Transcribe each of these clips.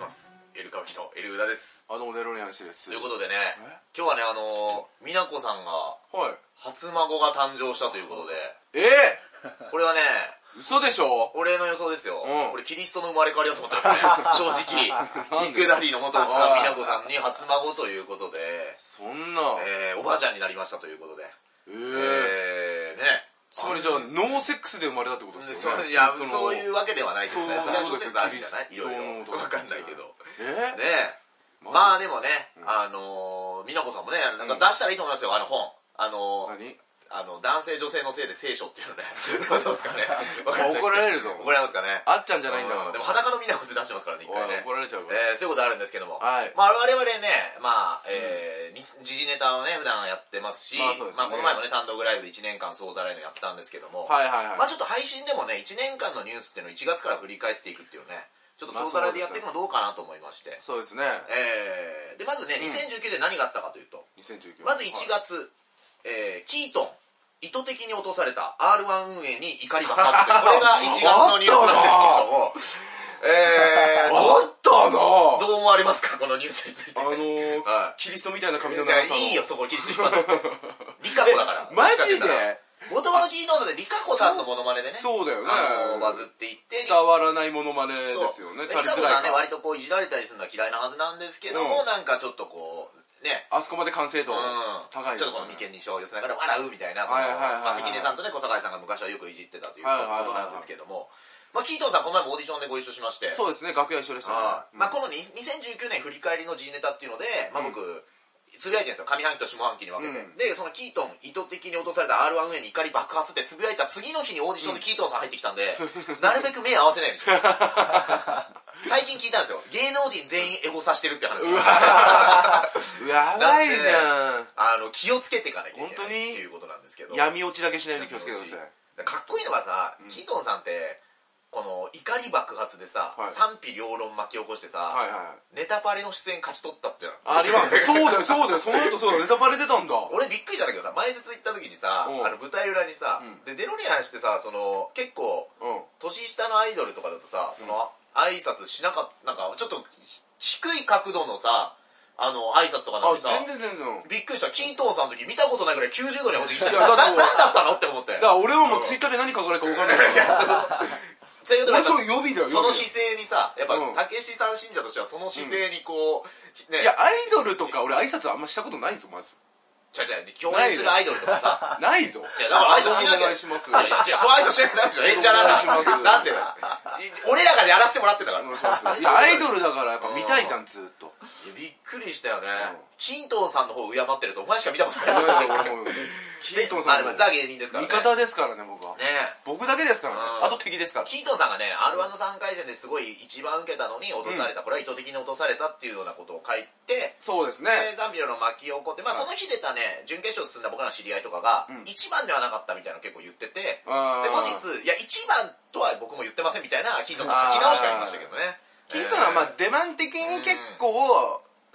ますエル歌舞伎のエルウダですあどうもデロリアン氏ですということでねえ今日はねあのー美奈子さんがはい初孫が誕生したということでえこれはね ー、嘘でしょ俺の予想ですよ、うんこれキリストの生まれ変わりだと思ったん ですね正直ビッグダディの元奥さん美奈子さんに初孫ということで、そんなえーおばあちゃんになりましたということでえー、えー、ねつまりじゃあノーセックスで生まれたってことですよそねういやのそういうわけではないけどねそうそれは諸説あるんじゃないキいリストろのいろ分かんないけどえねえまあでもね、あのー美奈子さんもねなんか出したらいいと思いますよあの本あのー何あの男性女性の性で聖書っていう のねどうですかねわかんないですけど怒られるぞ怒られますかねあっちゃんじゃないんだからうんでも裸の美奈子って出してますからね一回おいね怒られちゃうから、えーそういうことあるんですけども、はいまあ、我々ね、まあえーに時事ネタをね普段やってますし、まあそうですねまあこの前もね単独ライブで1年間総ざらいのやったんですけども、はいはいはい、まあちょっと配信でもね1年間のニュースっていうのを1月から振り返っていくっていうねちょっと総ざらいでやっていくのどうかなと思いまして、そうですねえーでまずね2019年何があったかというと、 2019まず1月、えーキートン意図的に落とされた R1 運営に怒り爆発 というこれが1月のニュースなんですけどもえーあったなどうどう思われますかこのニュースについてあのーはキリストみたいな髪のいや長さのいいよそこキリス ト引っ張ってリカ子だからマジでもともとキートンでリカ子さんのモノマネでねそうだよねあのバズっていって伝わらないモノマネですよねそうリカ子さんはね割とこういじられたりするのは嫌いなはずなんですけども、うんなんかちょっとこうねあそこまで完成度高いちょっとこの眉間にしを寄せながら笑うみたいなそのはいはいはいはいまあ関根さんとね小堺さんが昔はよくいじってたというこはいはいはいはいとなんですけども、まあ、キートンさんこの前もオーディションでご一緒しましてそうですね楽屋一緒でしたねああまあ、うこんのに2019年振り返りの G ネタっていうので、まあ、僕、つぶやいてるんですよ上半期と下半期に分けて、うんでそのキートン意図的に落とされた r 1 a に怒り爆発ってつぶやいた次の日にオーディションでキートンさん入ってきたん で、なるべく目合わせないようにしてます最近聞いたんですよ芸能人全員エゴさしてるって話うわーやばいじゃん あの気をつけていかなきゃいけない本当にっていうことなんですけど闇落ちだけしないように気をつけてくださいかっこいいのがさ、キートンさんってこの怒り爆発でさ、はい賛否両論巻き起こしてさ、はいはいネタパレの出演勝ち取ったっていうのあり ますそうだよそうだよその後そうだよネタバレ出たんだ俺びっくりしたんだけどさ前説行った時にさあうんの舞台裏にさ、うんでデロリアンしてさその結構うん年下のアイドルとかだとさその、挨拶しなかったなんかちょっと低い角度のさあの挨拶とかなのあにさ全然全然びっくりしたキートンさんの時見たことないぐらい90度に星にしてるいやだなってなんだったのって思ってだから俺はもうツイッターで何書かれるか分かんないからそういうこと俺でそう予備だよ予その備姿勢にさやっぱうんたけしさん信者としてはその姿勢にこう、ねいやアイドルとか俺挨拶あんましたことないぞまずちゃうちゃう共演するアイドルとかさないぞいやだから挨拶しなきゃお願いしますいやいや違うそう挨拶しなきゃダメでしょ演者なんだお願いしますなんでだよ俺らがやらせてもらってんだからお願いしますいやアイドルだからやっぱ見たいじゃんずーっといやびっくりしたよねうんキントンさんの方を敬ってるやつお前しか見たこといないやいや俺もうキートンさでんまあのでもザ芸人ですから味ね方ですからね僕はね僕だけですからねうんあと敵ですからキントンさんがね r 1の3回戦ですごい一番受けたのに落とされた、これは意図的に落とされたっていうようなことを書いてそうですねでザンビロの巻き起こって、まあ、その日出たね準決勝進んだ僕らの知り合いとかがうん一番ではなかったみたいなの結構言ってて、あでー後日いや一番とは僕も言ってませんみたいなキントンさん書き直してありましたけどねキートンはまあ出番的に結構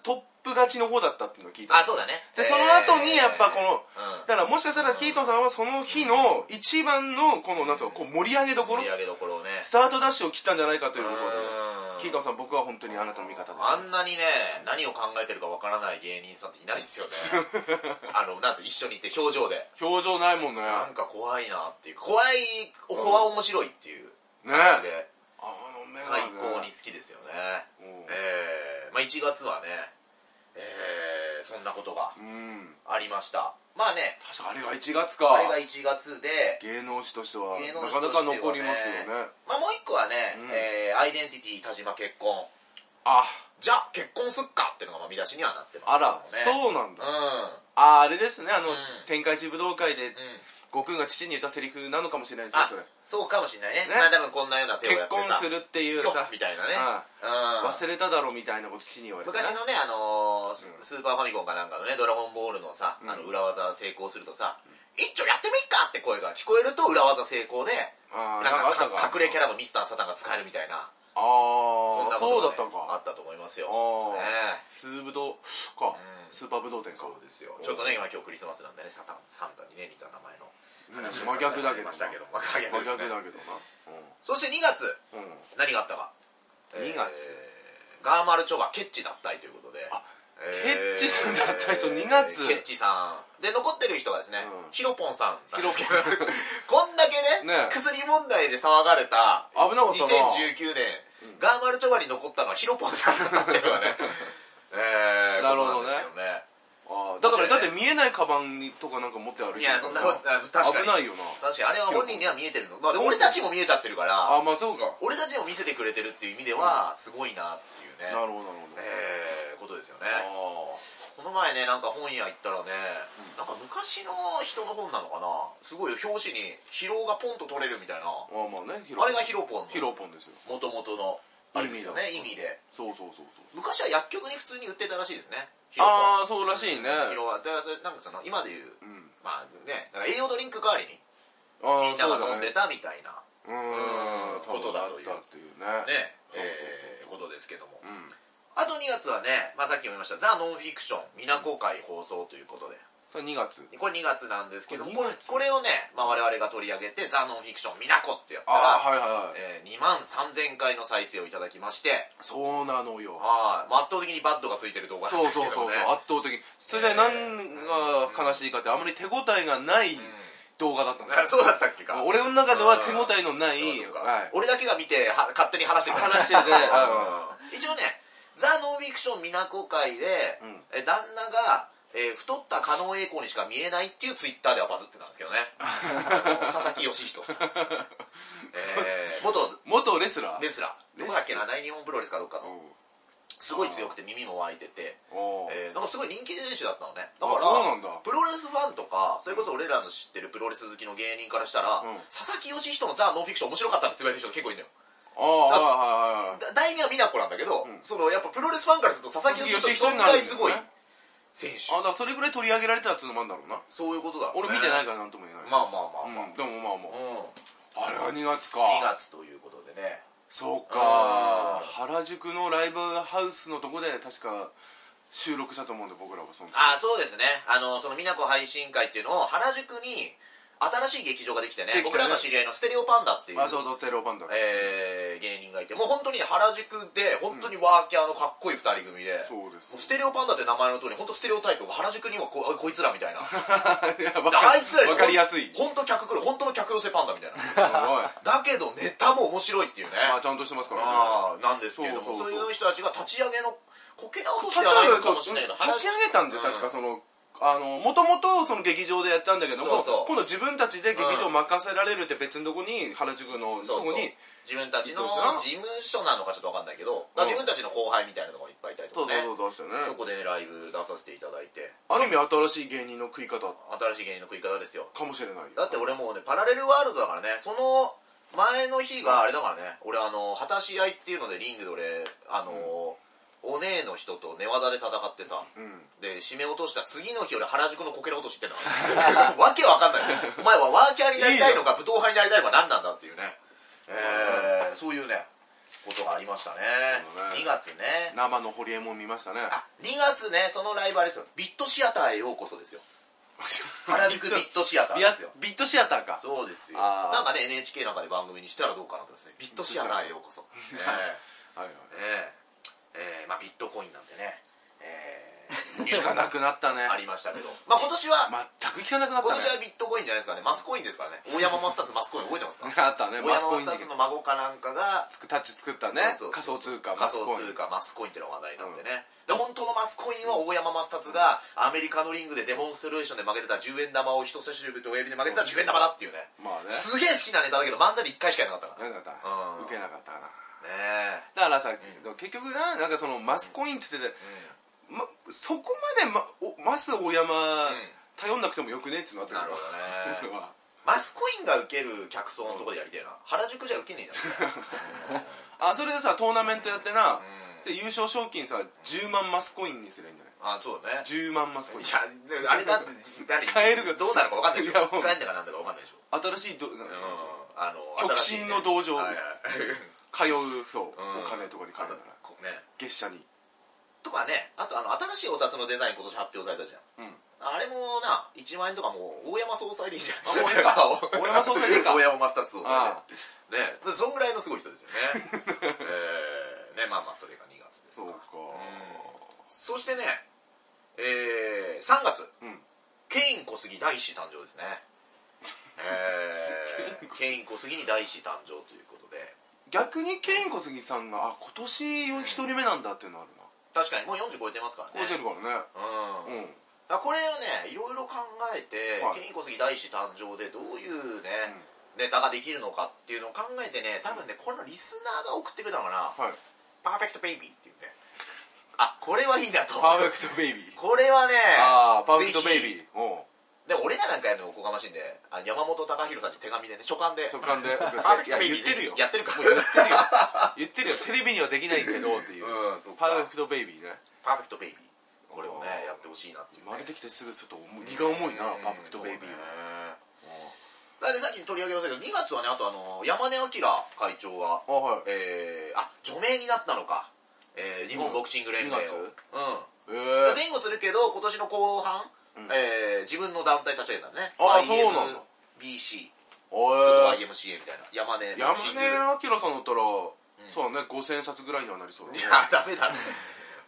トップ勝ちの方だったっていうのを聞いたあそうだねでその後にやっぱこうのんだからもしかしたらキートンさんはその日の一番のこのなんつうのこう盛り上げどころ盛り上げどころをねスタートダッシュを切ったんじゃないかということうんでキートンさん僕は本当にあなたの味方ですあんなにね何を考えてるかわからない芸人さんっていないっす よねあのなんつう一緒にいて表情で表情ないもんねなあんか怖いなっていう怖いおこは面白いっていう感じで、の目は最ね高に好きですよねうんえー、まあ1月はねえー、そんなことがうんありましたまあね確かあれが1月こかれが1月で芸能誌としては芸な能誌かなとかしてはね残りますよねまあもう一個はね、うんえーアイデンティティ田島結婚あじゃあ結婚すっかっていうのがまあ見出しにはなってますあらけどねそうなんだうああれですねあうのん天下一武道会んうでん悟空が父に言ったセリフなのかもしれないですねあそれそうかもしんないねねまあ多分こんなような手をや結って婚さするっていうよさっみたいなねあうん忘れただろみたいなこと父に言われてね昔のねあのースうんスーパーファミコンかなんかのねドラゴンボールのさうんあの裏技成功するとさ一丁やってみっかって声が聞こえると裏技成功であーななんかあんったかかか隠れキャラのミスターサタンが使えるみたいなあんあなそこうだとったがねのあかったと思いますよあーねスーブドうかんスーパー武道展そかうですよちょっとね今今日クリスマスなんでねサタンサンタにね似た名前の話を真逆だけどなましたけど真逆真です逆だねけどなそして2月うんうん何があったか2月えーガーマルチョバケッチ脱退ということであえーケッチさん脱退そう2月ケッチさんで残ってる人がですね、うんヒロポンさんなんですけどヒロ こんだけねね薬問題で騒がれた危なかったな2019年、ガーマルチョバに残ったのはヒロポンさんだったっていうの がねえー、なるこほどねとなんですよねあーだからそだうだってよ見えないカバンにとかなんか持って歩いていやそんなこと確かに危ないよな確かにあれは本人には見えてるの、まあ、で俺たちも見えちゃってるからあまあそうか俺たちも見せてくれてるっていう意味ではすごいなっていうねなるほどなるほどえー、ことですよねあこの前ねなんか本屋行ったらね、なんか昔の人の本なのかなすごい表紙に疲労がポンと取れるみたいなあーまあまあねヒれがヒロポンのヒロポンですよもともとのあれですよね意意味味でそうそうそうそう昔は薬局に普通に売ってたらしいですねヒロポンああそうらしいね疲労はだからそれなんかその今でいううんまあねなんか栄養ドリンク代わりにあみんあなそうが飲だんでねたみたいなううーんんことだという多分あったっていうねねそうえーこそうそうとですけどもうんあと2月はね、まあ、さっきも言いました「ザ・ノンフィクション」皆公開放送ということでそれ2月これ2月なんですけどこれこ2れ月これをね、まあ、我々が取り上げて「ザ・ノンフィクション」皆子ってやったあら、あはいはいはいえー2万3000回の再生をいただきましてそうなのよはいまあ圧倒的にバッドがついてる動画なんそですけうそうどそうそうね圧倒的それで何が悲しいかってあまり手応えがない動画だったんですよ そうだったっけか 俺の中では手応えのないそうそうかはい俺だけが見ては勝手に話してくれた話して てうん一応ね「ザ・ノンフィクション」皆公開で、うんえ旦那が、えー太った加納栄子にしか見えないっていうツイッターではバズってたんですけどね あの佐々木義人さん、えー元元レスラーレスラーどこだっけな大日本プロレスかどっかのすごい強くて耳も湧いてて、おえーーなんかすごい人気選手だったのねだかあそうなんだらプロレスファンとかそれこそ俺らの知ってるプロレス好きの芸人からしたら、うん佐々木義人のザ・ノンフィクション面白かったって言われてる人が結構いるのよああはいはいはいだ大名は美奈子なんだけど、うんそのやっぱプロレスファンからすると佐々木義人ってそ佐々木義んぐ人にらいなるんすごいですね選手あだからそれぐらい取り上げられてたっていうのもあるんだろうなそういうことだ、ね、俺見てないかからなんとも言えないまあまあまあまあ、うんでもまあまうんああれは2月か2月ということでねそうかうん原宿のライブハウスのとこで確か収録したと思うんで僕らはその時ああそうですねあのその美奈子配信会っていうのを原宿に新しい劇場ができてねできたね僕らの知り合いのステレオパンダっていうあそうそうステレオバンドえー芸人がいてもう本当に原宿で本当にワーキャーのかっこいい2人組で、そうですもうステレオパンダって名前の通り本当ステレオタイプ原宿にはここいつらみたい ない やわかあいつらよりわかりや すい本当客来る本当の客寄せパンダみたいおいなまだけどネタも面白いっていうねあちゃんとしてますからねああなんですけれどもそうそそうういそうう人たちが立ち上げのこけら落とし立でちはない上のげかもしれないけど立ち上げたんでうん確かそのあのもともとその劇場でやったんだけどそもうそう今度自分たちで劇場任せられるって別のとこに原宿のそとうそこうに自分たちの事務所なのかちょっと分かんないけど、だから自分たちの後輩みたいなのがいっぱいいたりそとうかねそうそう出したねそこでねライブ出させていただいてある意味新しい芸人の食い方か新しい芸人の食い方ですよもしれないよだって俺もうねパラレルワールドだからねその前の日があれだからね俺あの果たし合いっていうのでリングで俺あの、お姉の人と寝技で戦ってさ、うんで締め落とした次の日俺原宿のこけら落とし行ってんだから わけわかんないお前はワーキャーになりたいのか武闘派になりたいのか何なんだっていうねえー、そういうねことがありましたねそうだね2月ね生の堀江も見ましたねあ2月ねそのライブあれですよビットシアターへようこそですよ原宿ビットシアタービでアすよビットシアターかそうですよあーなんかね NHK なんかで番組にしたらどうかなと思いますねビットシアターへようこそねはいえはいねええーまあビットコインなんでねえー 聞かなくなったねありましたけどまあ今年は全く聞かなくなった今ね年はビットコインじゃないですかねマスコインですからね大山マスターズマスコイン覚えてますかあったね大マス山コマインスタ事ー件ズの孫かなんかがつくタッチ作ったねそうそう仮想通貨マ仮ス想コイン通貨マスコインっていうのが話題なんでね、で本当のマスコインは大山マスターズがアメリカのリングでデモンストレーションで負けてた10円玉を人差し指と親指で負けてた10円玉だっていうねまあねすげえ好きなネタだけど漫才で1回しかやらなかったかなんだったうん受けなかったかならねだからさ、結局ななんかそのマスコインっつってて、ま、そこまでまおマス大山、ん頼んなくてもよくねっつうのあったけどなるほどね俺はマスコインが受ける客層のとこでやりたいな、原宿じゃ受けねえじ ゃん あそれでさトーナメントやってな、んで優勝賞金さ10万マスコインにすればいいんじゃないあそう だね10万マスコインいやあれだって誰 使えるかどうなるか分かんないけいどやもう使えんだかなんだか分かんないでしょ新しいど、なんかあの極真の道場はいはい通うそう、うん お金とかに変えあるからとこうね月謝にとかねあとあの新しいお札のデザイン今年発表されたじゃんうんあれもな1万円とかもう大山総裁でいいじゃんあもうえ えか大山総裁でいいか大山マスターズ総裁あ でねそんぐらいのすごい人ですよねえーねまあまあそれが2月月ですそうかかそしてねえー、3月うんケイン小杉第一子誕生ですねえ ー、ケイン小杉に第一子誕生ということで逆にケイン小杉さんがあ今年一人目なんだっていうのあるな確かにもう40超えてますから超えねてるからねうんうんあこれをねいろいろ考えて、はいケイン小杉大師誕生でどういうね、ネタができるのかっていうのを考えてね多分ねこれのリスナーが送ってくれたのかなはい「パーフェクトベイビー」っていうねあこれはいいなとパーフェクトベイビーこれはねああパーフェクトベイービーおうでも俺らなんかやるのおこがましいんであ山本隆弘さんに手紙でね書簡で所感でパーフェクいトやベイビー言ってるよやってるかもう言ってるよ言ってるよテレビにはできないけどっていううんそうかパーフェクトベイビーねパーフェクトベイビーこれをあねーやってほしいなっていう、ね、生まれてきてすぐちょっと重い荷が重いなうんパーフェクトベイビーそうねはだってさっき取り上げましたけど2月はねあとあの山根明会長があはいえーあ除名になったのか、えー日本ボクシング連盟を、うんう二月んええ前後するけど今年の後半、うんえー自分の団体立ち上げたのねあーそうなんだ BC ちょっおと YMCA みたいな山根山ボクシング根明さんだったらそうだね5000冊ぐらいにはなりそうだいねやダメだね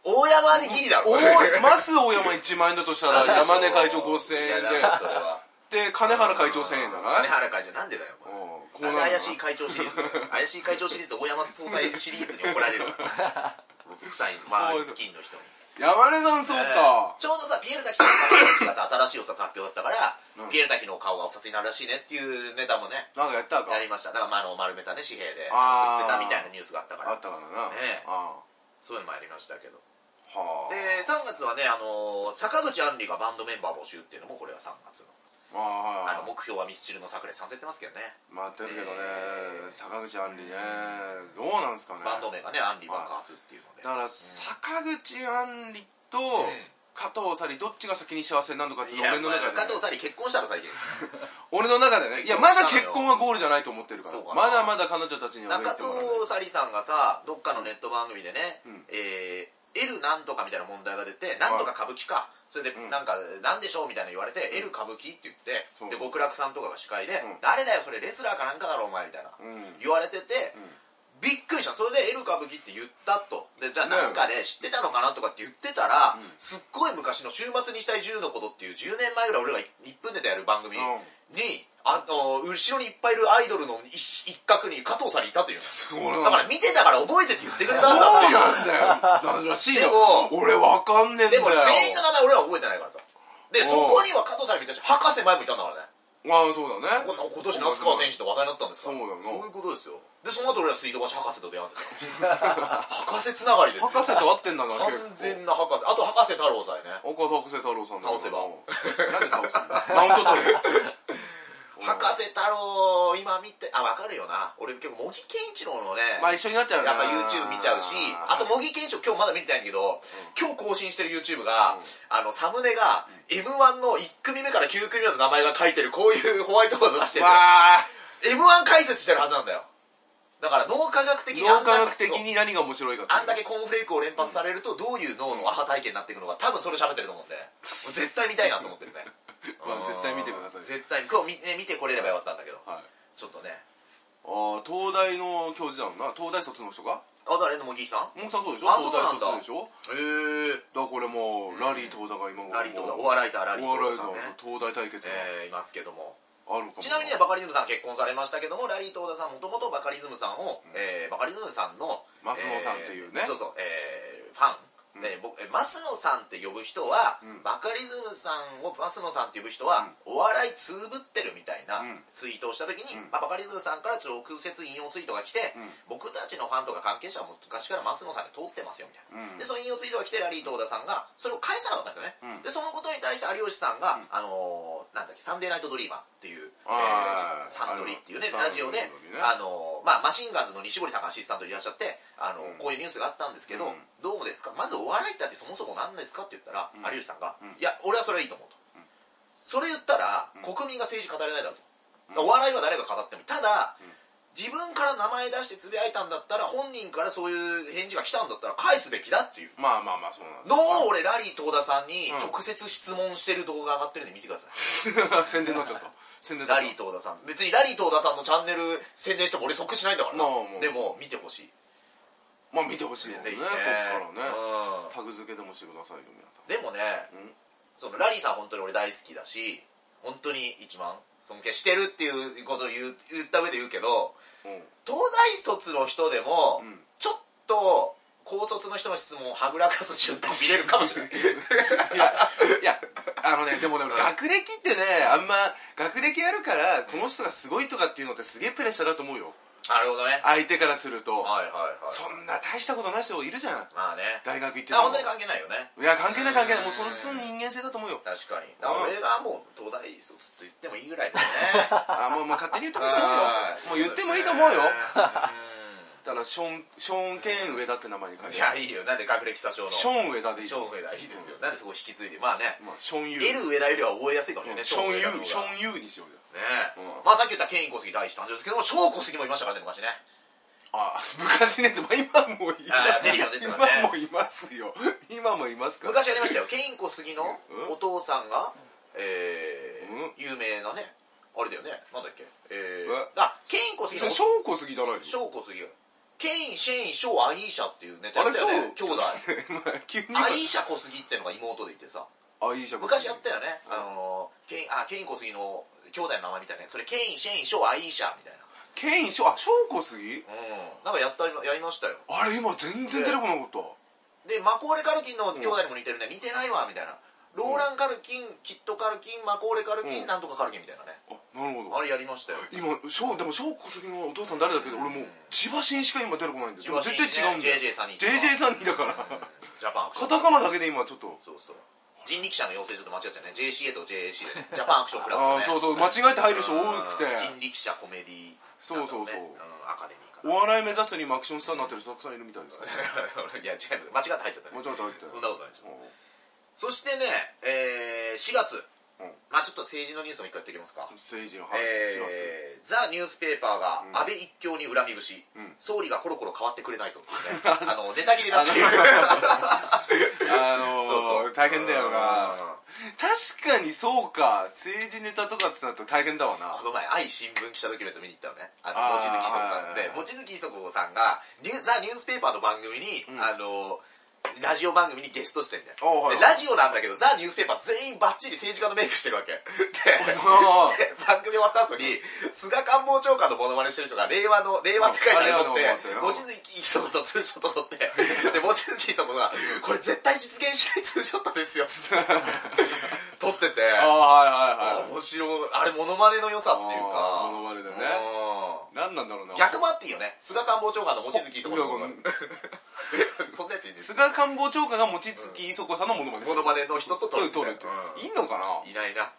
大山でギリだろお ーまず大山1万円だとしたら山根会長5000円いやダメそれはでで金原会長1000円だな金原会長なんでだよお前おうこうななんんでだ怪しい会長シリ ーズ怪しい会長シリーズと大山総裁シリーズに怒られる から夫妻まあ付近の人に山根さんそうかちょうどさピエール滝さんがさ新しいお札発表だったから、うんピエール滝の顔がお札になるらしいねっていうネタもねなんかやったかやりましただから、まあ、あの丸めたね紙幣で吸っあーてたみたいなニュースがあったかあっらたからなねえあそういうのもやりましたけどあはあで3月はね、あのー坂口杏里がバンドメンバー募集っていうのもこれは3月のまあはいあの目標はミスチルの桜井さんせってますけどね待ってるけどねえー坂口杏里ねどうなんですかねバンド名がね杏里爆発っていうのでだから坂口杏里とん加藤紗里どっちが先に幸せになるのかっていういのはや俺の中でね加藤さんに結婚したら最近俺の中でねいやまだ結婚はゴールじゃないと思ってるからそうかなまだまだ彼女たちには中ってもらわない藤さりさんがさどっかのネット番組でね、うんえー L なんとかみたいな問題が出て、なんとか歌舞伎かそれでうんなんか、なんでしょうみたいな言われて、L 歌舞伎って言ってそうで極楽さんとかが司会で、ん誰だよそれレスラーかなんかだろお前みたいな、うん言われてて、びっくりしたそれで L 歌舞伎って言ったとでじゃあねなんかで、知ってたのかなとかって言ってたら、うんすっごい昔の「週末にしたい10のこと」っていう10年前ぐらい俺が1分ネタやる番組に、うんあの後ろにいっぱいいるアイドルの一一角に加藤さんいたというごいなだから見てたから覚えてって言ってくれそたんだってういうなんだよだらしいでよも俺わかんねえんだでよも全員の名前俺ら覚えてないからさでうんそこには加藤さんもいたし博士前もいたんだからねああそうだねこんな今年那須川天心と話題になったんですからそうだよないうことですよでその後俺ら水道橋博士と出会うんです から博士つながりですよ博士と会ってんだな完結構全な博士あと博士太郎さえね赤田博士太郎さんだよ倒せばなんで倒せ ばマウント取るよ博士太郎今見てあ分かるよな俺結構茂木健一郎のねまあ一緒になっちゃうやなっぱ YouTube 見ちゃうしあと茂木健一郎今日まだ見れてないんだけど、今日更新してる YouTube が、あのサムネが m 1の1組目から9組目の名前が書いてるこういうホワイトボード出してるわあ m 1解説してるはずなんだよだから脳科学的に脳科学的あんだけに何が面白いかっていうあんだけコーンフレークを連発されるとどういう脳のアハ体験になっていくのか多分それ喋ってると思うんでもう絶対見たいなと思ってるね まあ絶対見てください絶対今日見,、ね、見てこれればよかったんだけどはいちょっとねああ東大の教授だもんな東大卒の人かあ誰の茂木さんもうさそうでしょあ東大そうなんだ卒でしょへえだからこれもうラリー東大が今頃もうラリーとお笑いとラリーお笑といさだんね東大対決がえーいますけどもあるかもちなみにねバカリズムさん結婚されましたけどもラリー東田さんもともとバカリズムさんを、えーバカリズムさんのマスノさんっていうねえーそうそう、えーファン、ね僕えマスノさんって呼ぶ人は、んバカリズムさんをマスノさんって呼ぶ人は、お笑いつぶってるみたいなうんツイートをした時に、うんまあ、バカリズムさんから直接引用ツイートが来て、うん僕たちのファンとか関係者はもう昔からマスノさんに通ってますよみたいな。うんでその引用ツイートが来てラリー東田さんがそれを返さなかったんですよね、うんでそのことに対して有吉さんが、あのーなんだっけ「サンデーナイトドリーマー」っていう、えあーーサンドリっていうねあのラジオで、サンドリねあのーまあ、マシンガンズの西堀さんがアシスタントでいらっしゃって、あのーうんこういうニュースがあったんですけど、うんどうもですかまずお笑いってあってそもそも何ですかって言ったら、ん有吉さんが、うんいや俺はそれはいいと思うと、んそれ言ったら、うん国民が政治語れないだろうと、うんお笑いは誰が語ってもいいただ、うん自分から名前出してつぶやいたんだったら本人からそういう返事が来たんだったら返すべきだっていうまあまあまあそうなんだのを俺ラリー東田さんに直接質問してる動画上がってるんで見てください、 宣伝になっちゃった宣伝になっラちゃリーっ東田さん別にラリー東田さんのチャンネル宣伝しても俺即しないんだからなまあまあでも見てほしいまあ見てほしいですぜねひこねっからうねんタグ付けでもしてくださいよ皆さんでもねうんそのラリーさん本当に俺大好きだし本当に一番尊敬してるっていうことを言う言った上で言うけどうん東大卒の人でも、うんちょっと高卒の人の質問をはぐらかす瞬間見れるかもしれない いや、 いや、あのね、でもね、学歴ってね、あんま、学歴あるから、この人がすごいとかっていうのってすげえプレッシャーだと思うよ。なるほどね相手からすると。はいはいはいそんな大したことない人いるじゃん。まあね大学行ってあも本当に関係ないよねいや、関係ない関係ない。もうそのその人間性だと思うよ。確かにだからうん俺がもう東大卒と言ってもいいぐらいだね あ、もう、もう勝手に言ったこと思うよはい。もう言ってもいいと思うよ。うだから、ショーン、ショーン・ケン・上田って名前にんい書いて。やいいよなんで学歴詐称のショーン・上田でいい。ショーン上田いいですよなんでそこ引き継いでまあねまあ、ショーン・ユー。 L 上田よりは覚えやすいかもしれないねショーン・ユ上田のー、ショ方がーン・ユーにしようじねえ、うんまあさっき言ったケイン小杉大使誕生ですけども小小杉もいましたからね昔ねゃん。あ、昔ね、でも今もいいあテレビのですよね今もいますよ。今もいますから。昔やりましたよケイン小杉のうんお父さんが、えーうん有名なねあれだよねなんだっけえーえあケイン小杉そのおれショーン小杉じゃないでしょ小小杉ケインシェインショーアイーシャっていうネタやったよね兄超弟まあ 急にアイーシャ小杉ってのが妹でいてさあいいじゃん昔やったよよね、あのーケインあケイン小杉の兄弟の名前みたいなねそれケインシェインショーアイーシャみたいなケインショーあショーン小杉うんなんかやったやりましたよあれ今全然出てこなかったでマコーレ・カルキンの兄弟にも似てるね、似てないわみたいなローラン・カルキンキット・カルキンマコーレ・カルキン、うんなんとかカルキンみたいなねあなるほあどれやりましたよ今ショーンでもショーン小杉のお父さん誰だっけど俺もう千葉真しか今出てこないんです千よ葉絶真対一違うんだよね JJ さんに JJ さんにだからジャパンアクショカンタカナだけで今ちょっとそうそう人力車の養成所と間違っちゃうね JCA と JAC で ジャパンアクションクラブあねあそうそう間違えて入る人多くてうん人力車コメディなんだろねそうそうそうんアカデミーかお笑い目指すにマクションスターになってる人たくさんいるみたいですからら いや違う間違って入っちゃったね間違って入ってそんなことないでしょうそしてね、えー4月んまあちょっと政治のニュースも一回やっていきますかん成人はい4月えーザ・ニュースペーパーが安倍一強に恨み節、ん総理がコロコロ変わってくれないとっていうね あのネタ切れだっていうそうあの そーう大変だよなうん確かにそうか政治ネタとかってなると大変だわ なこの前愛新聞記者ドキュメント見に行ったのねああの望ー月磯子さんはいではい望月磯子さんがニューザ・ニュースペーパーの番組に、んあのラジオ番組にゲスト出演みたいな、おうはいでラジオなんだけどザ・ニュースペーパー全員バッチリ政治家のメイクしてる わけでおうで 番組終わった後に菅官房長官のモノマネしてる人が令和の令和って書いてあるのっあ令和のて望モノマネ月磯子とツーショット撮 ってで望月磯子が「これ絶対実現しないツーショット ですよ」撮っててああはいはいはい面白いあれモノマネの良さっていうかあーモノマネだねね何なんだろうな逆もあっていいよね菅官房長官の望月磯子のモノマネ そんなやついいんです菅官房長官が望月磯子さんのモノマネモノマネの人と取撮るる取るっていいのかなうんいないな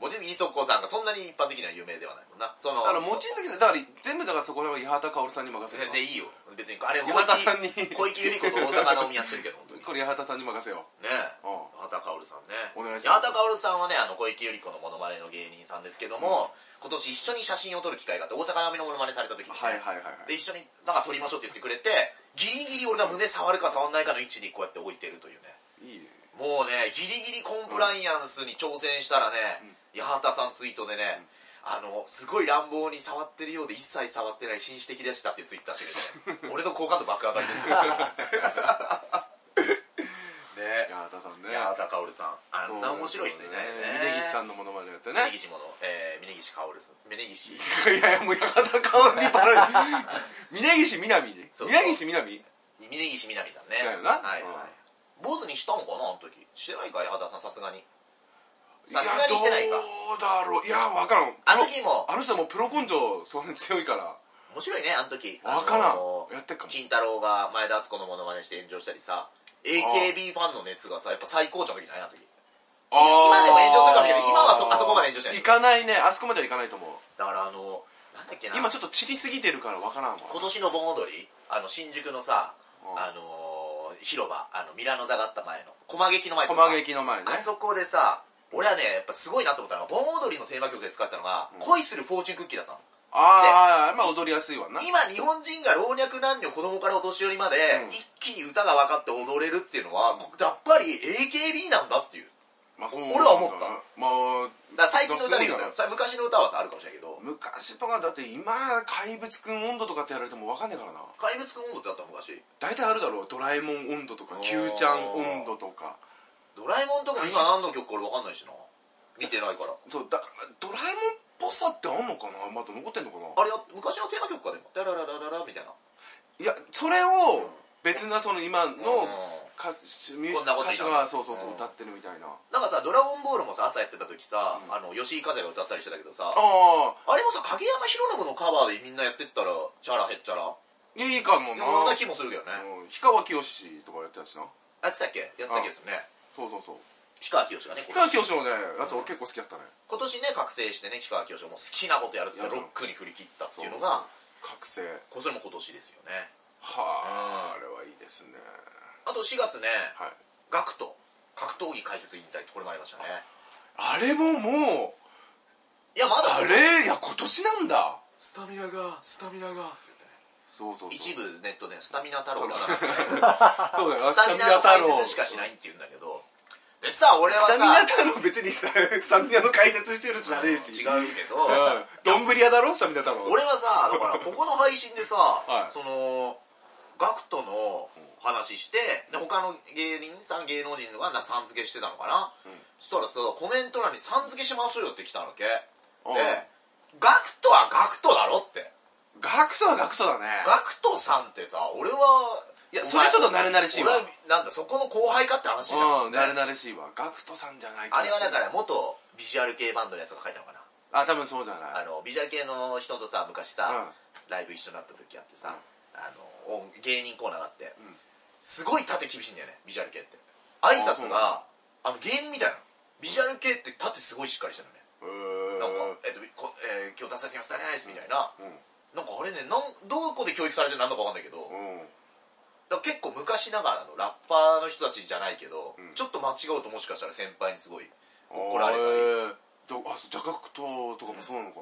望月磯子さんがそんなに一般的には有名ではないもんなそのだから望月さんだから全部だからそこら辺は八幡薫さんに任せよでいいよ別にあれ岩田さんに小池百合子と大阪直美やってるけど本当にうこれ八幡さんに任せよねえう八幡薫さんねお願いし八ます幡薫さんはねあの小池百合子のモノマネの芸人さんですけども、今年一緒に写真を撮る機会があって大阪直美のモノマネされた時にね、はいはいはいはでい一緒になんか撮りましょうって言ってくれてギリギリ俺が胸触るか触んないかの位置にこうやって置いてるというねいいねもうねギリギリコンプライアンスに挑戦したらね、八幡さんツイートでね、あのすごい乱暴に触ってるようで一切触ってない紳士的でしたっていうツイッターして て俺の好感度爆上がりですよね八幡さんね八幡薫さんあんな面白い人いないよね峯岸さんのモノマネやってね峯岸もの、えー、峯岸薫さん峯岸いやいやもう八幡薫にバラれ 峯岸みなみそう峯岸みなみ峯岸みなみさんねだよなはい、うんはい、坊主にしたのかなあの時してないか八幡さんさすがにいやさすがにしてないかどうだろういや分からんあの時もあの人はもうプロ根性そんなに強いから面白いねあの時分からあのんやってっかも金太郎が前田敦子のモノマネして炎上したりさ AKB ファンの熱がさやっぱ最高潮の時じゃないあの時あー今でも炎上するかもしれない今はそあそこまで炎上しない行かないねあそこまでは行かないと思うだからあのなんだっけな今ちょっと散りすぎてるから分からんわ今年の盆踊りあの新宿のさうんあのー広場あのミラノ座があった前の駒劇の前とか駒劇の前ねあそこでさ俺はねやっぱすごいなと思ったのが盆踊りのテーマ曲で使ってたのが「恋するフォーチュンクッキー」だったのああまあ踊りやすいわな今日本人が老若男女子供からお年寄りまで、うん一気に歌が分かって踊れるっていうのはやっぱり AKB なんだっていうまあそう俺は思ったまあだから最近の歌で言うとそうそれ昔の歌はさあるかもしれないけど昔とかだって今怪物くん温度とかってやられても分かんねえからな怪物くん温度ってあった昔大体あるだろうドラえもん温度とかあー Q ちゃん温度とかドラえもんとか今何の曲か俺分かんないしな見てないからそうだからドラえもんっぽさってあんのかなまだ残ってんのかなあれや昔のテーマ曲かでも「ダラララララ」みたいないやそれを別なその今のうん歌手ミュこージんなこと歌言った手がそうそうそううん歌ってるみたいなあなんかさ「ドラゴンボール」もさ朝やってた時さ、あの吉井風が歌ったりしてたけどさああれもさ影山博信のカバーでみんなやってったらチャラへっちゃらいやいいかもいなやそんな気もするけどね、うん氷川きよしとかやってたしなやってたっけやってたっけですよねそうそうそう氷川きよしがね氷今年川きよしのねやつ俺結構好きだったね今年ね覚醒してね氷川きよしがもう好きなことやるっつってやるロックに振り切ったっていうのが覚醒これそれも今年ですよねはああれはいいですねあと4月ねはいガクト格闘技解説引退ってこれもありましたねあれももういやまだあれいや今年なんだスタミナがスタミナがって言ってねそうそうそう一部ネットでスタミナ太郎がそうだよスタミナの解説しかしないって言うんだけどでさ俺はスさタミナ太郎別にスタ スタミナの解説してるじゃねえし違ううけどん丼屋だろスタミナ太郎俺はさだ からここの配信でさ、いそのガクトの話してで他の芸人さん芸能人がなさん付けしてたのかな、そしたらさコメント欄にさん付けしましょうよって来たわけでうんガクトはガクトだろってガクトはガクトだねガクトさんってさ俺はいいやそれはちょっと慣れ慣れしいわ俺はなんだそこの後輩かって話だもうんんね慣れ慣れしいわガクトさんじゃないあれはだから元ビジュアル系バンドのやつが書いたのかなあ多分そうじゃないあのビジュアル系の人とさ昔さ、ライブ一緒になった時あってさ、あの音芸人コーナーがあって、すごい縦厳しいんだよねビジュアル系って挨拶があの芸人みたいなのビジュアル系って縦すごいしっかりしてるのね、うーんなんか、えっとこえー今日出させてきましたねみたいな、うんなんかあれねなんどこで教育されてるなんだかわかんないけど、うんだから結構昔ながらのラッパーの人たちじゃないけど、んちょっと間違うともしかしたら先輩にすごい怒られたりえーじゃあそうじゃあガクトとかもそうなのか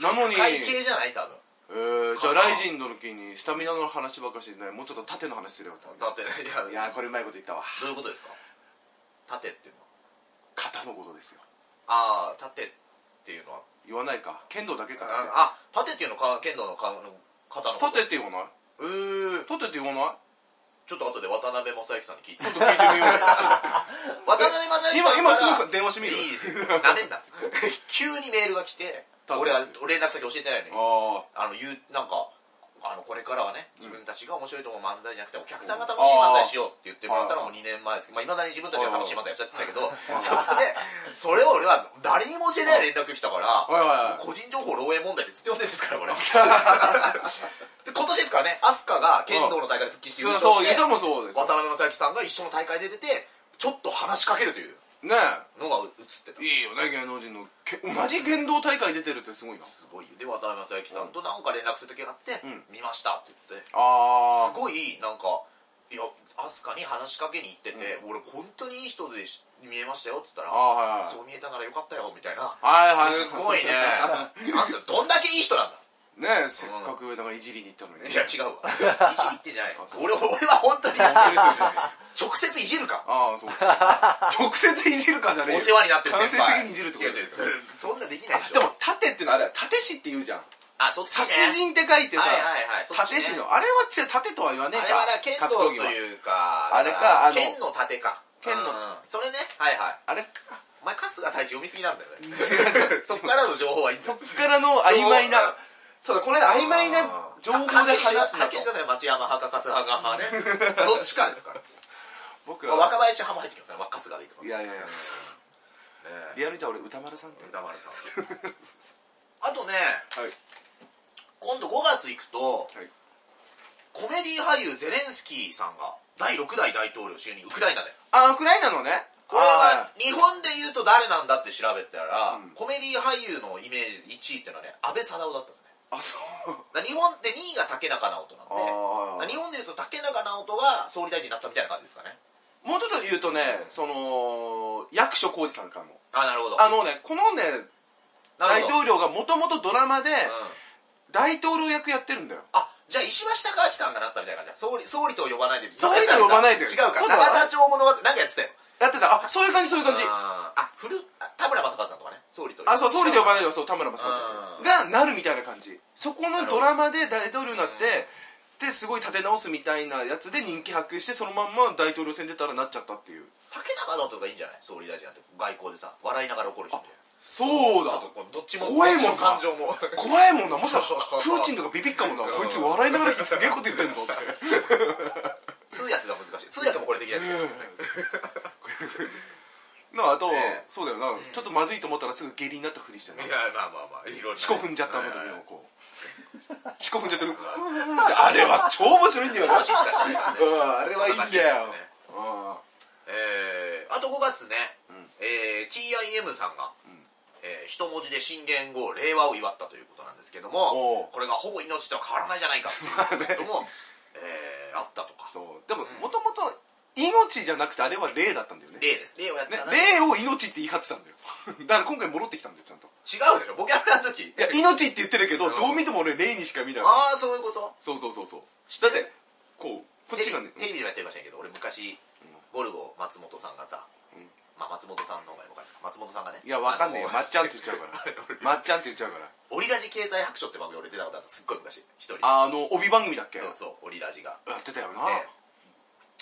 なのに会計じゃない多分えーじゃあライジンの時にスタミナの話ばっかしてないもうちょっと縦の話すればよかっだったてねいいややーこれうまいこと言ったわどういうことですか縦っていうのは肩のことですよああ縦っていうのは言わないか剣道だけかああ縦っていうのか剣道のかの方の縦って言わないえー、縦って 言わないちょっと後で渡辺正行さんに聞いてちょっ と聞いてみよう渡辺正行今さんか今らすぐ電話してみるいいですよなめんな急にメールが来てただ俺は俺連絡先教えてないのにああの言うなんかあのこれからはね自分たちが面白いと思う漫才じゃなくてお客さんが楽しい漫才しようって言ってもらったのも2年前ですけどいまあ、未だに自分たちが楽しい漫才やっちゃってたけどそこでそれを俺は誰にも教えてない連絡来たからはいはいはい個人情報漏洩問題ってずっと呼んでるんです からこれで今年ですからね飛鳥が剣道の大会で復帰して優あ勝そうして糸渡もそうですよ辺正行さんが一緒の大会で出てちょっと話しかけるというねのが映ってたえいいよね芸能人のけ同じ剣道大会出てるってすごいなすごいよで渡辺正行さんとなんか連絡する時があってう「ん見ました」って言ってあすごいなんかいや飛鳥に話しかけに行ってて、俺本当にいい人でし見えましたよっつったら、ああはいはいそう見えたならよかったよみたいな、はいはいすごいねなんつうのどんだけいい人なんだ ねえせっかく上田がいじりに行ったのにいや違う わいじりってんじゃないよあそ う俺俺は本当に本当です よね直接いじるかああそうですね 直接いじるかじゃねえおよ世話になってる間先接輩的にいじるってこと違う違うそれそんなできないでしょでも縦っていうのはあれ縦師って言うじゃんあそっちね殺人って書いてさ、はいはいはいそっち縦ね師のあれは違う縦とは言わねあえれかはな剣道格と闘技はいうかあれかあの剣の盾か剣のうんそれねはいはいあれかお前春日太一読みすぎなんだよねそっからの情報はいいんだそよっからの曖昧そうなそうだこれ曖昧な情報で話すんだ発と見したね町山派か春日派かね どっちかですから、僕まあ、は若林派も入ってきますね若春日でいくといやいやいやねリアルじゃん俺歌丸さんって歌丸さん あとねはい今度5月行くとはいコメディ俳優ゼレンスキーさんが第6代大統領就任ウクライナであウクライナのねこれはあ日本で言うと誰なんだって調べたら、うんコメディ俳優のイメージ1位っていうのはね安倍貞夫だったんですねーあそうだから日本で2位が竹中直人なんであー日本でいうと竹中直人が総理大臣になったみたいな感じですかねもうちょっと言うとねその役所広司さんからもあなるほどあのねこのねなる大ほど統領がもともとドラマでうん大統領役やってるんだよあじゃあ石橋貴明さんがなったみたいな感じだ総理総理と呼ばないで総理と呼ばないで違うかそうだ永田町物語なんかやってたよやってたあそういう感じそういう感じあーあ古あ田村正和さんとかね総理とあそう総理で呼いばれるよそう田村正う和んさんがなるみたいな感じそこのドラマで大統領にななってですごい立て直すみたいなやつで人気博してそのまんま大統領選出たらなっちゃったっていう竹中直人とかいいんじゃない総理大臣なんて外交でさ笑いながら怒る人みたいなそうだちょっとこうどっちも怖いもんどなっち感情も怖いもんなもしか したらプーチンとかビビっかもなこいつ笑いながらすげえこと言ってんぞ って通訳が難しい通訳もこれできないですよなあと、ええそうだよな、ちょっとまずいと思ったらすぐ下痢になったふりしてねやまあまあまあいろいろ四股踏んじゃったあの時はいはいのこう四股踏んじゃってるうーんってあれは超面白いんだよな話しかしてないからねうんあれはいいんだよこんな感じですよねうんえーあと5月ね、んえー TIM さんが、えー一文字で新元号令和を祝ったということなんですけどもおうこれがほぼ命とは変わらないじゃないかっていうこと も、えーあったとかそうでもんもともと命じゃなくてあれは霊だったんだよね例です例をやったねら、霊を命って言い張ってたんだよ だから今回戻ってきたんだよちゃんと違うでしょボキャブラの時いや命って言ってるけうどんどう見ても俺霊にしか見ないああそういうことそうそうそうそうだってこうこっちがねテレビテレビでもやってましたけど俺昔ゴルゴ松本さんがさ、うんまあ、松本さんの方がよかですか松本さんがねいやわかんねえよあのまっちゃんって言っちゃ うからまっちゃんって言っちゃうからオリラジ経済白書って番組俺出たことあったすっごい昔一人であの帯番組だっけそうそうオリラジがやってたよなで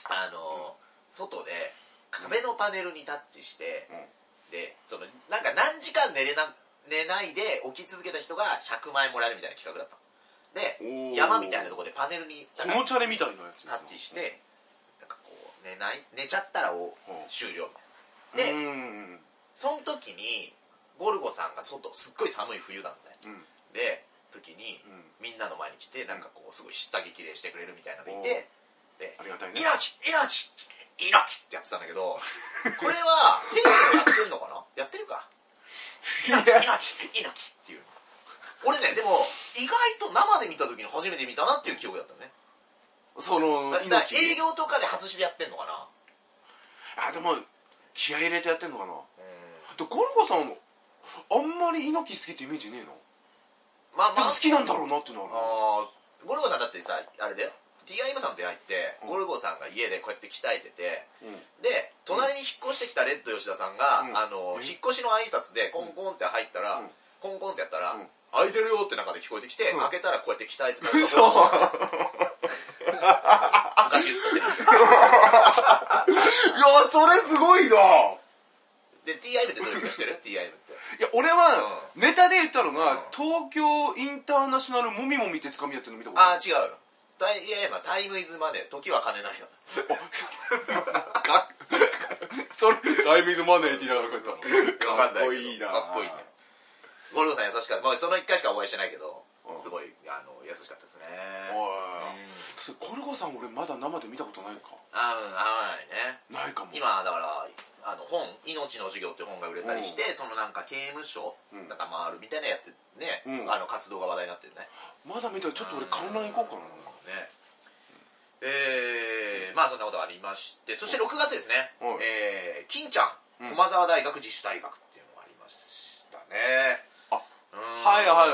あのー外で壁のパネルにタッチして、うんでそのなんか何時間寝れな寝ないで起き続けた人が100万円もらえるみたいな企画だったのおでー山みたいなところでパネルにこのチャレみたいなやつタッチしてなんかこう寝ない寝ちゃったらおうん終了みたでいうなでんその時にゴルゴさんが外すっごい寒い冬なんだねうんで時にうんみんなの前に来てなんかこうすごい叱咤激励してくれるみたいなのがいてでありがたいね命命猪木ってやってたんだけ どこれはテレビでもやってるのかなやってるか命命猪木っていう俺ねでも意外と生で見た時に初めて見たなっていう記憶だったのね そのだから営命業とかで外しでやってんのかなあでも気合い入れてやってんのかなでゴルゴさんあんまり猪木好きってイメージねえなまあでまもあ好きなんだろうなっていうのはあーゴルゴさんだってさあれだよ TIM さんと出会いってうゴんルゴさんが家でこうやって鍛えててあるうんで隣に引っ越してきたレッド吉田さんが、うんあのうん引っ越しの挨拶でコンコンって入ったら、うんコンコンってやったら、うん開いてるよって中で聞こえてきて、うん開けたらこうやって鍛えてた嘘昔使ってるいやそれすごいなで TIM ってどういう意味か知ってる TIM っていや俺はネタで言ったらうんな東京インターナショナルもみもみってつかみやってるの見たことああい違うよタイいやいやまあタイムイズマネー時は金なりだかそれタイムイズマネーって言いながらこわかんなうやったいけどかかっこっこいいないいねゴルゴさん優しかった、まあ、その1回しかお会いしてないけどうんすごいあの優しかったですねおいうんそれコルゴさん俺まだ生で見たことないかあうん合わないねないかも今だからあの本「命の授業」って本が売れたりして、そのなんか刑務所うんなんか回るみたいなやってね、うんあの活動が話題になってるねまだ見たらちょっと俺観覧行こうかななんかねえーまあそんなことがありましてそして6月ですね、はいえー金ちゃんうん駒沢大学自主大学っていうのがありましたねあうんはいは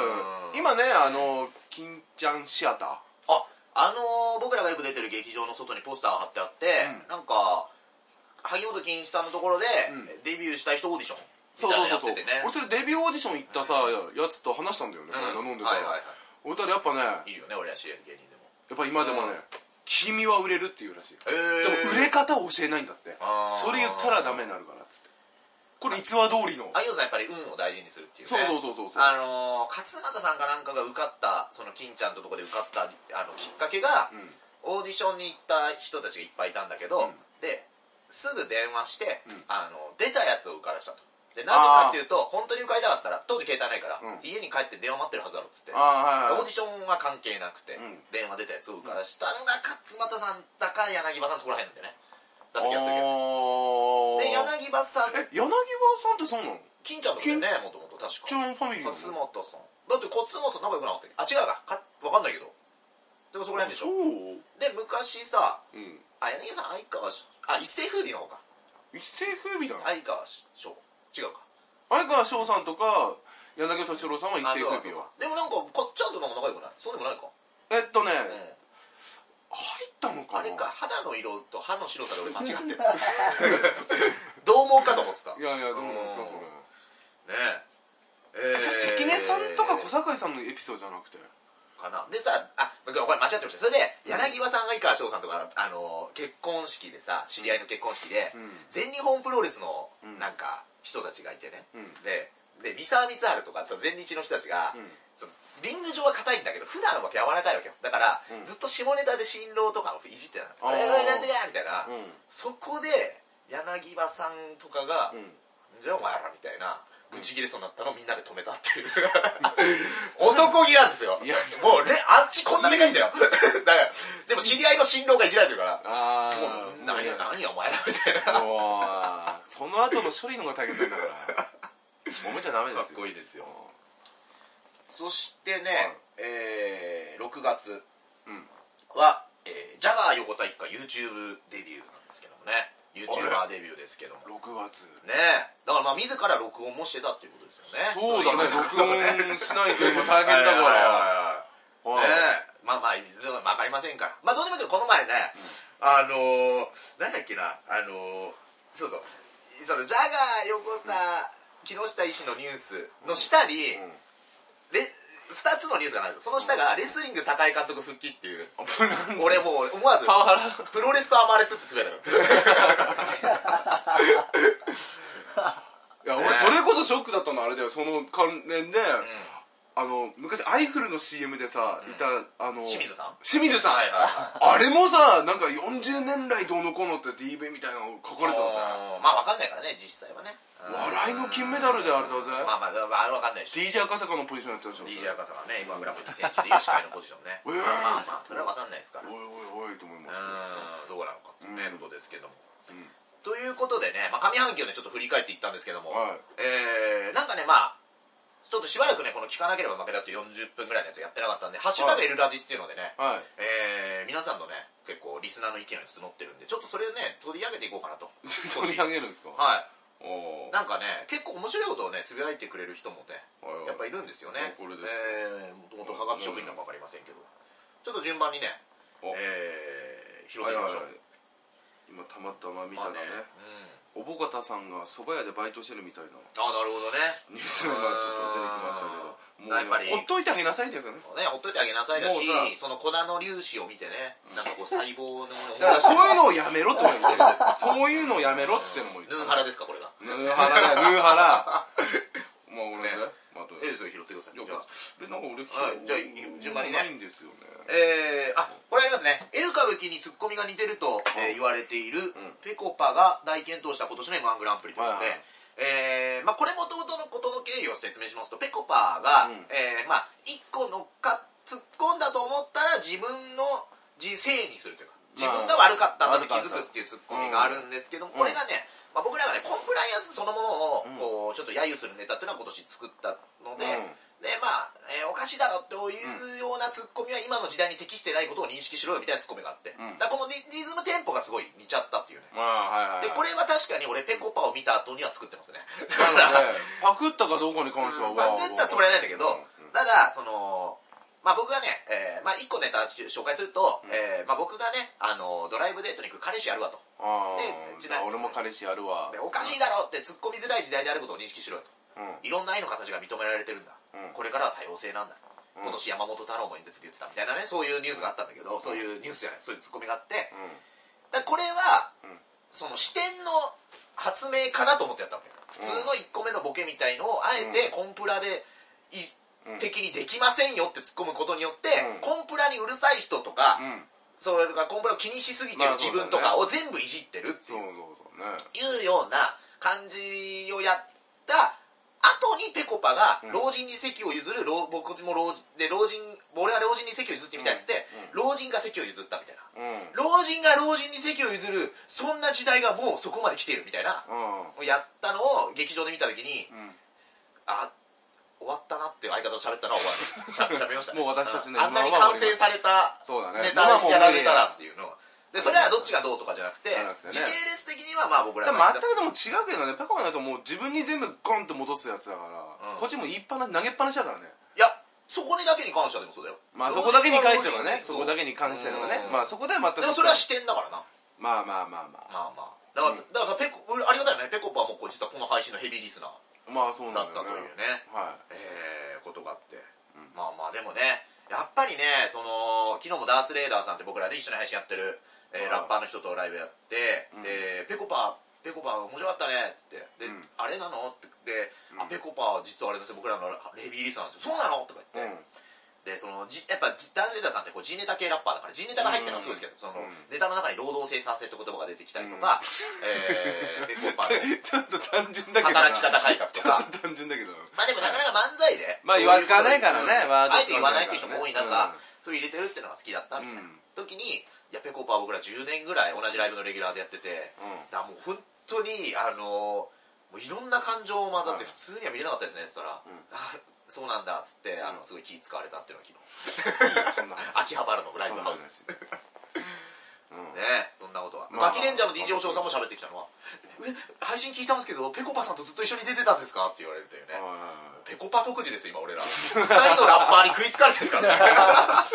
い今今ねあの金ちゃんシアタああのー僕らがよく出てる劇場の外にポスターが貼ってあって、うんなんか萩本欽一さんのところで、うんデビューしたい人オーディションみーそうたいそなのやっうそうててそうね俺それデビューオーディション行ったさやつと話したんだよねこの間飲んではさいはいは俺たらやっぱねやいいるよね俺らしい芸人でもっぱ今でうもんね「君は売れる」っていうらしいへでも売れ方を教えないんだってあーそれ言ったらダメになるからっつってこれ逸話通りのあいおさんやっぱり運を大事にするっていうねそうそうそうそうそうあのー勝俣さんかなんかが受かったその金ちゃんととこで受かったあのきっかけが、うんオーディションに行った人たちがいっぱいいたんだけど、うんですぐ電話して、うんあの出たやつを受からしたとでなぜかっていうと本当に受かりたかったら当時携帯ないから、うん家に帰って電話待ってるはずだろっつってああはいオーはディションは関係なくて、うん電話出たやつを受からしたのが勝俣さんだか柳葉さんそこら辺なんでねだった気がするけどでいあー柳葉さんえ柳葉さんってそうなの金ちゃんとかだよねもともと確ちかゃんファミリーなの勝俣さんだって勝俣さん仲良くなかったっけあ違うかか分かんないけどでもそこら辺でしそょうで昔さうんあ柳葉さん相川しあ一世風靡の方か一世風靡だな相川翔違うか相川翔さんとか柳田敏郎さんは一世あそう風だそう靡だはでもなんかかっちゃんとなんか仲良くないそうでもないかえっとねうん入ったのかなあれか肌の色と歯の白さで俺間違ってた どう思うかと思ってたいねやいやどうなんですかそれえじゃあ関根さんとか小堺さんのエピソードじゃなくてかなでさあごめん間違ってましたそれで柳葉さん相川翔さんとかあの結婚式でさ知り合いの結婚式で、うん全日本プロレスのうんなんか人たちがいてね、うんでで三沢光晴とかその前日の人たちが、うんそのリング上は硬いんだけど普段は柔らかいわけよだから、うんずっと下ネタで新郎とかをいじってたの「あーおいおいなんとか」みたいな、うんそこで柳葉さんとかが「うんじゃあお前ら」みたいなブチギレそうになったのをみんなで止めたっていう 男気なんですよいやもうねあっちこんなでかいんだよ だからでも知り合いの新郎がいじられてるから「あもうあ何や何やお前ら」みた いなその後の処理の方が大変なんだから揉めちゃダメですよかっこいいですよそしてね、えー、6月うんは、えージャガー横田一家 YouTube デビューなんですけどもね YouTuber デビューですけども6月ねえだからまあ自ら録音もしてたっていうことですよねそうだね録そういう音しないと今大ことね変はいはいだ かはいはいらねはいえまあまあ分かりませんからまあどうでもいいけどこの前ね、あのー、なんだっけなあのー、そうそうそのジャガー横田、木下医師のニュースの下に、うんレ2つのニュースがあるんですよその下がレスリング境井監督復帰っていうなん俺もう思わずパワハラプロレスとアマレスってつぶやいたのいや俺それこそショックだったのあれだよその関連で、あの昔アイフルの CM でさ、いたあの 清水さん清水さん、はいはあれもさなんか40年来どうのこうのって DV みたいなの書かれてたじゃんうんまあわかんないからね実際はねうん笑いの金メダルであれだぜまあまあまああれわかんないでしょ DJ 赤坂のポジションやってたでしょ DJ 赤坂ね今グラム2000でいう司会のポジションねうわーまあまあそれはわかんないですからおいおいおいと思いますうんどうなのかというねうんことですけども、んということでね、まあ、上半期をねちょっと振り返っていったんですけども、はいえーなんかねまあちょっとしばらくねこの聞かなければ負けだって40分ぐらいのやつやってなかったんで「ハッシュタグエルラジ」っていうのでね、はいえー皆さんのね結構リスナーの意見を募ってるんでちょっとそれをね取り上げていこうかなと 取り上げるんですかはいおーなんかね結構面白いことをねつぶやいてくれる人もねはいはいやっぱいるんですよねこれですえーもともとはがき職員なのか分かりませんけどちょっと順番にねおえー、広はげいはいまはしょう、い今たまたま見たまあねらねおぼかたさんが蕎麦屋でバイトしてるみたいなうん、あなるほどねニュースがちょっと出てきましたけどもうやっぱりほっといてあげなさいってやつだねねほっといてあげなさいだもしうさその粉の粒子を見てねなんかこう細胞のだからそういのうのをやめろって思いますそういうのをやめろっつってのも言ってヌーハラですかこれがヌーハラだよヌーハラまあ俺ねねまあどうええやそれ拾ってくださいいやじゃあ別になんか俺はいじゃあ順番にねないんですよねえー、あこれありますね「エル歌舞伎にツッコミが似てると、えー言われている、ぺこぱが大健闘した今年の m 1グランプリ」ということで、はいはいえーまあ、これもともとのことの経緯を説明しますとぺこぱが、うんえーまあ、1個乗っか突っ込んだと思ったら自分の自制にするというか自分が悪かったんだと気づくっていうツッコミがあるんですけども、うんこれがね、まあ、僕らがねコンプライアンスそのものをうんこうちょっと揶揄するネタっていうのは今年作ったので、うんでまあ、えーおかしいだろっていうようなツッコミは今の時代に適してないことを認識しろよみたいなツッコミがあって、うんだからこのリリズムテンポがすごい似ちゃったっていうねまあはいはいでこれは確かに俺ぺこぱを見た後には作ってますねだなかのらでパクったかどうかに関してはバグったつもりはないんだけど、うんただそのまあ僕がね、えーまあ、1個ネタ紹介すると、えーまあ、僕がねあのドライブデートに行く彼氏やるわとあであじゃあ俺も彼氏やるわでおかしいだろうって突っ込みづらい時代であることを認識しろよとうんいろんな愛の形が認められてるんだ、うんこれからは多様性なんだ、うん今年山本太郎も演説で言ってたみたいなねそういうニュースがあったんだけど、そういうニュースじゃないそういうツッコミがあって、だからこれは、うんその視点の発明かなと思ってやったわけ普通の1個目のボケみたいのをあえてコンプラでい、うん的にできませんよって突っ込むことによって、うんコンプラにうるさい人とか、うんうんそれがコンプラを気にしすぎてるまあそ自うだ分ねとかを全部いじってるってそういうそうそうねいうような感じをやった後にぺこぱがうん老人に席を譲る、老僕も老人で老人俺は老人に席を譲ってみたいっつって、老人が席を譲ったみたいなうん老人が老人に席を譲るそんな時代がもうそこまで来ているみたいなをうんやったのを劇場で見た時に、うんあ終わったなっていう相方と喋ったのは終わる喋りましたねもう私たちのあんなに完成されたそうだネねタをやられたらっていうのはでそれはどっちがどうとかじゃなくてじゃなく時てね系列的にはまあ僕らでさも全くでも違うけどねペコパだともう自分に全部ゴンと戻すやつだから、うんこっちも言いっぱな投げっぱなしだからねいやそこにだけに関してはでもそうだよまあそこだけに関してはねそそうこだけに関してはねうんまあそこではまでたもそれは視点だからなまあまあまあままあまあだから,、うんだからペコ俺ありがたいよねペコパもこう実はこの配信のヘビーリスナーあまあそうだなっんだたといようねねはえー、ことがあって、まあまあでもねやっぱりねその昨日もダース・レーダーさんって僕らで一緒に配信やってる、えーラはいッパーの人とライブやって「うんでペコパペコパ面白かったね」って言って「で、うんあれなの?」って言って「うあんペコパは実はあれですよ僕らのレビーリストなんですよそうなの?」とかい言って、でそのじやっぱじダース・レーダーさんってこう G ネタ系ラッパーだから G ネタが入ってるのはすごいですけど、そのうんネタの中に労働生産性って言葉が出てきたりとか、 えー、ペコパのうんちょっと単純だけど働なき方改革とちょかっと単純だけどなまあでもなかなか漫才で まあそうう言わ使わないからうねんワードあえて言わないっていう人も多い中、うんそれ入れてるっていうのが好きだった みたいな、うん時にいやペコパは僕ら10年ぐらい同じライブのレギュラーでやってて、うんだからもう本当にあのもういろんな感情混ざってはい普通には見れなかったですねって言ったら、んあそうなんだっつってあのうんすごい気使われたっていうのがそんな話昨日秋葉原のライそブんなハウス話うんねそんなことは、まガあキレンジャーの DJ おしょうさんも喋ってきたのは「え配信聞いたんですけどペコパさんとずっと一緒に出てたんですか?」って言われるというね、はペコパ特需です今俺ら二人のラッパーに食いつかれてるんですか らね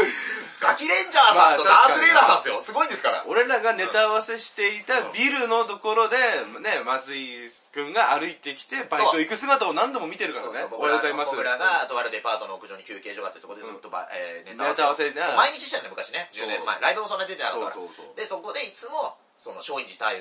ガキレンジャーさんとまあダースレーダーさんですよすごいんですからい俺らがネタ合わせしていたうんビルのところでね松井君が歩いてきてバイト行く姿を何度も見てるからそうねそうお僕はらようございます僕らがとあるデパートの屋上に休憩所があってそこでずっとば、えーネタ合わせネタ合わせな毎日してたね昔ね10年前ライブもそんなに出てなかったからそうそうそうでそこでいつもその松陰寺太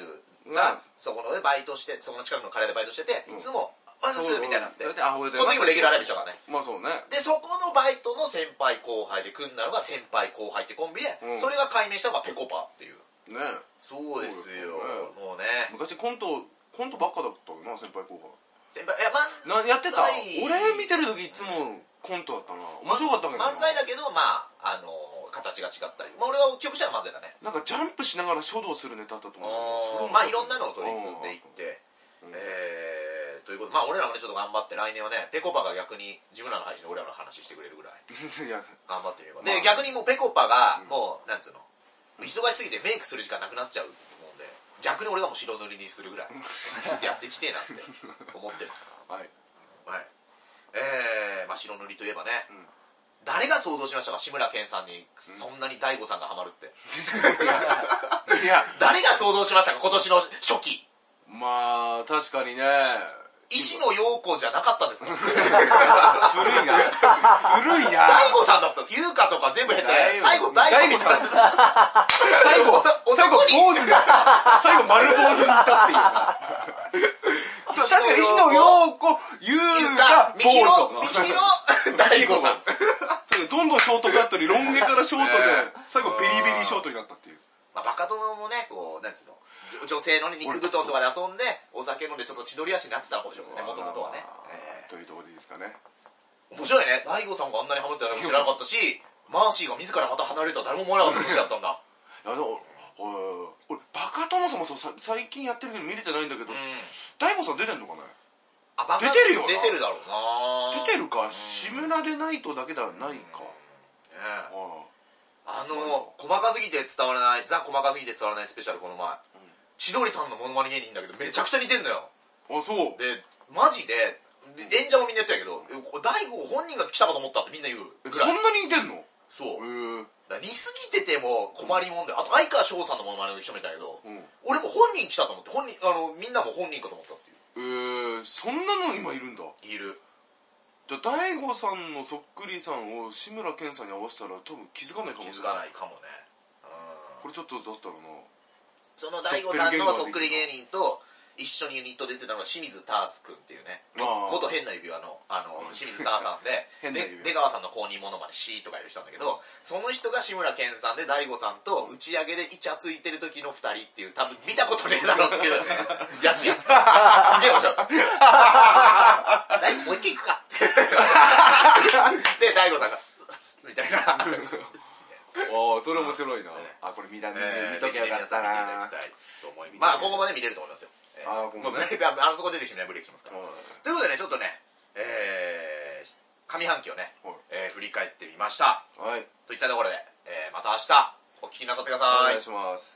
夫が、うんそこのでバイトしてそこの近くのカレーでバイトしてていつも「ワンスそうそうみたいになってだってあおはようござそいのます時もレギュラーライブしたからねまあそうねでそこのバイトの先輩後輩で組んだのが先輩後輩ってコンビで、うんそれが解明したのがぺこぱっていうねそうですよ、もうね昔コントコントばっかだったよな先輩後先輩いや漫輩才なやってた俺見てる時いつもコントだったな面白かったけどな漫才だけどまああの形が違ったり、まあ、俺は記憶したら漫才だねなんかジャンプしながら書道するネタだったと思うまあいろんなのを取り組んでいってうんえー、ということまあ俺らもねちょっと頑張って来年はねぺこぱが逆に自分らの配信で俺らの話してくれるぐらいいや頑張ってみようか、まあで逆にもうぺこぱがもう、なんつうの忙しすぎてメイクする時間なくなっちゃうと思うんで逆に俺がもう白塗りにするぐらいちょっとやっていきてえなって思ってます はいはいえー、まあ白塗りといえばね、ん誰が想像しましたか志村けんさんにそんなに大悟さんがハマるって、いや誰が想像しましたか今年の初期まあ確かにね石野陽子じゃなかったんですか古 いな古いな大悟さんだった優香とか全部減って大悟最後大悟さんです最後 最後男に坊主 だった最後丸坊主になったっていうな確かに石野陽子優か香右の坊主右の大悟さん どんどんショートカットにロン毛からショ ートで最後ベリベリショートになったっていうまあ、バカ殿もねこうなんつうの女女性のね肉布団とかで遊んでお酒飲んでちょっと千鳥足になってたのかもしれないですねもともとはね、えというところでいいですかねー面白いね大悟さんがあんなにハマってたのも知らなかったしマーシーが自らまた離れるとは誰も思わなかった年だったんだいやでもおいおいおい俺バカ殿様そうさ最近やってるけど見れてないんだけどうん大悟さん出てんのかねあバカ出てるよな出てるだろうな出てるか志村でないとだけではないかねえああの細かすぎて伝わらないザ細かすぎて伝わらないスペシャルこの前、千鳥さんのモノマネ芸人だけどめちゃくちゃ似てんだよああそうでマジでで演者もみんな言ってたけどえこれ大悟本人が来たかと思ったってみんな言うえぐそらんいなに似てんのそうへえだから似すぎてても困りもんであと相川翔さんのモノマネの人もいたけど、うん俺も本人来たと思って本人あのみんなも本人かと思ったっていえー、そんなの今いるんだういるじゃあ大悟さんのそっくりさんを志村けんさんに合わせたら多分気づかないかも気しれないづかないかもねうんこれちょっとだったらなその大悟さんのそっくり芸人と一緒にユニット出てたのが清水タースくんっていうねああ元変な指輪のあの清水ターさんで 変な指輪で出川さんの公認モノマネシーとかいる人なんだけどその人が志村けんさんで大悟さんと打ち上げでイチャついてる時の2人っていう多分見たことねえだろうっていう やつやつすげえ面白かったもう一回行くかって で大悟さんが「うっすみたいなああそれ面白いなあこれ見たね見ときゃよかったなぜひね皆さん見ていただきたいと思いますまあ今後もね見れると思いますよええああ今も後ねうブレーキあのそこ出てきてねブレーキしますからはいということでねちょっとねえー上半期をね、はいえー振り返ってみましたはいといったところで、えーまた明日お聞きなさってくださいお願いします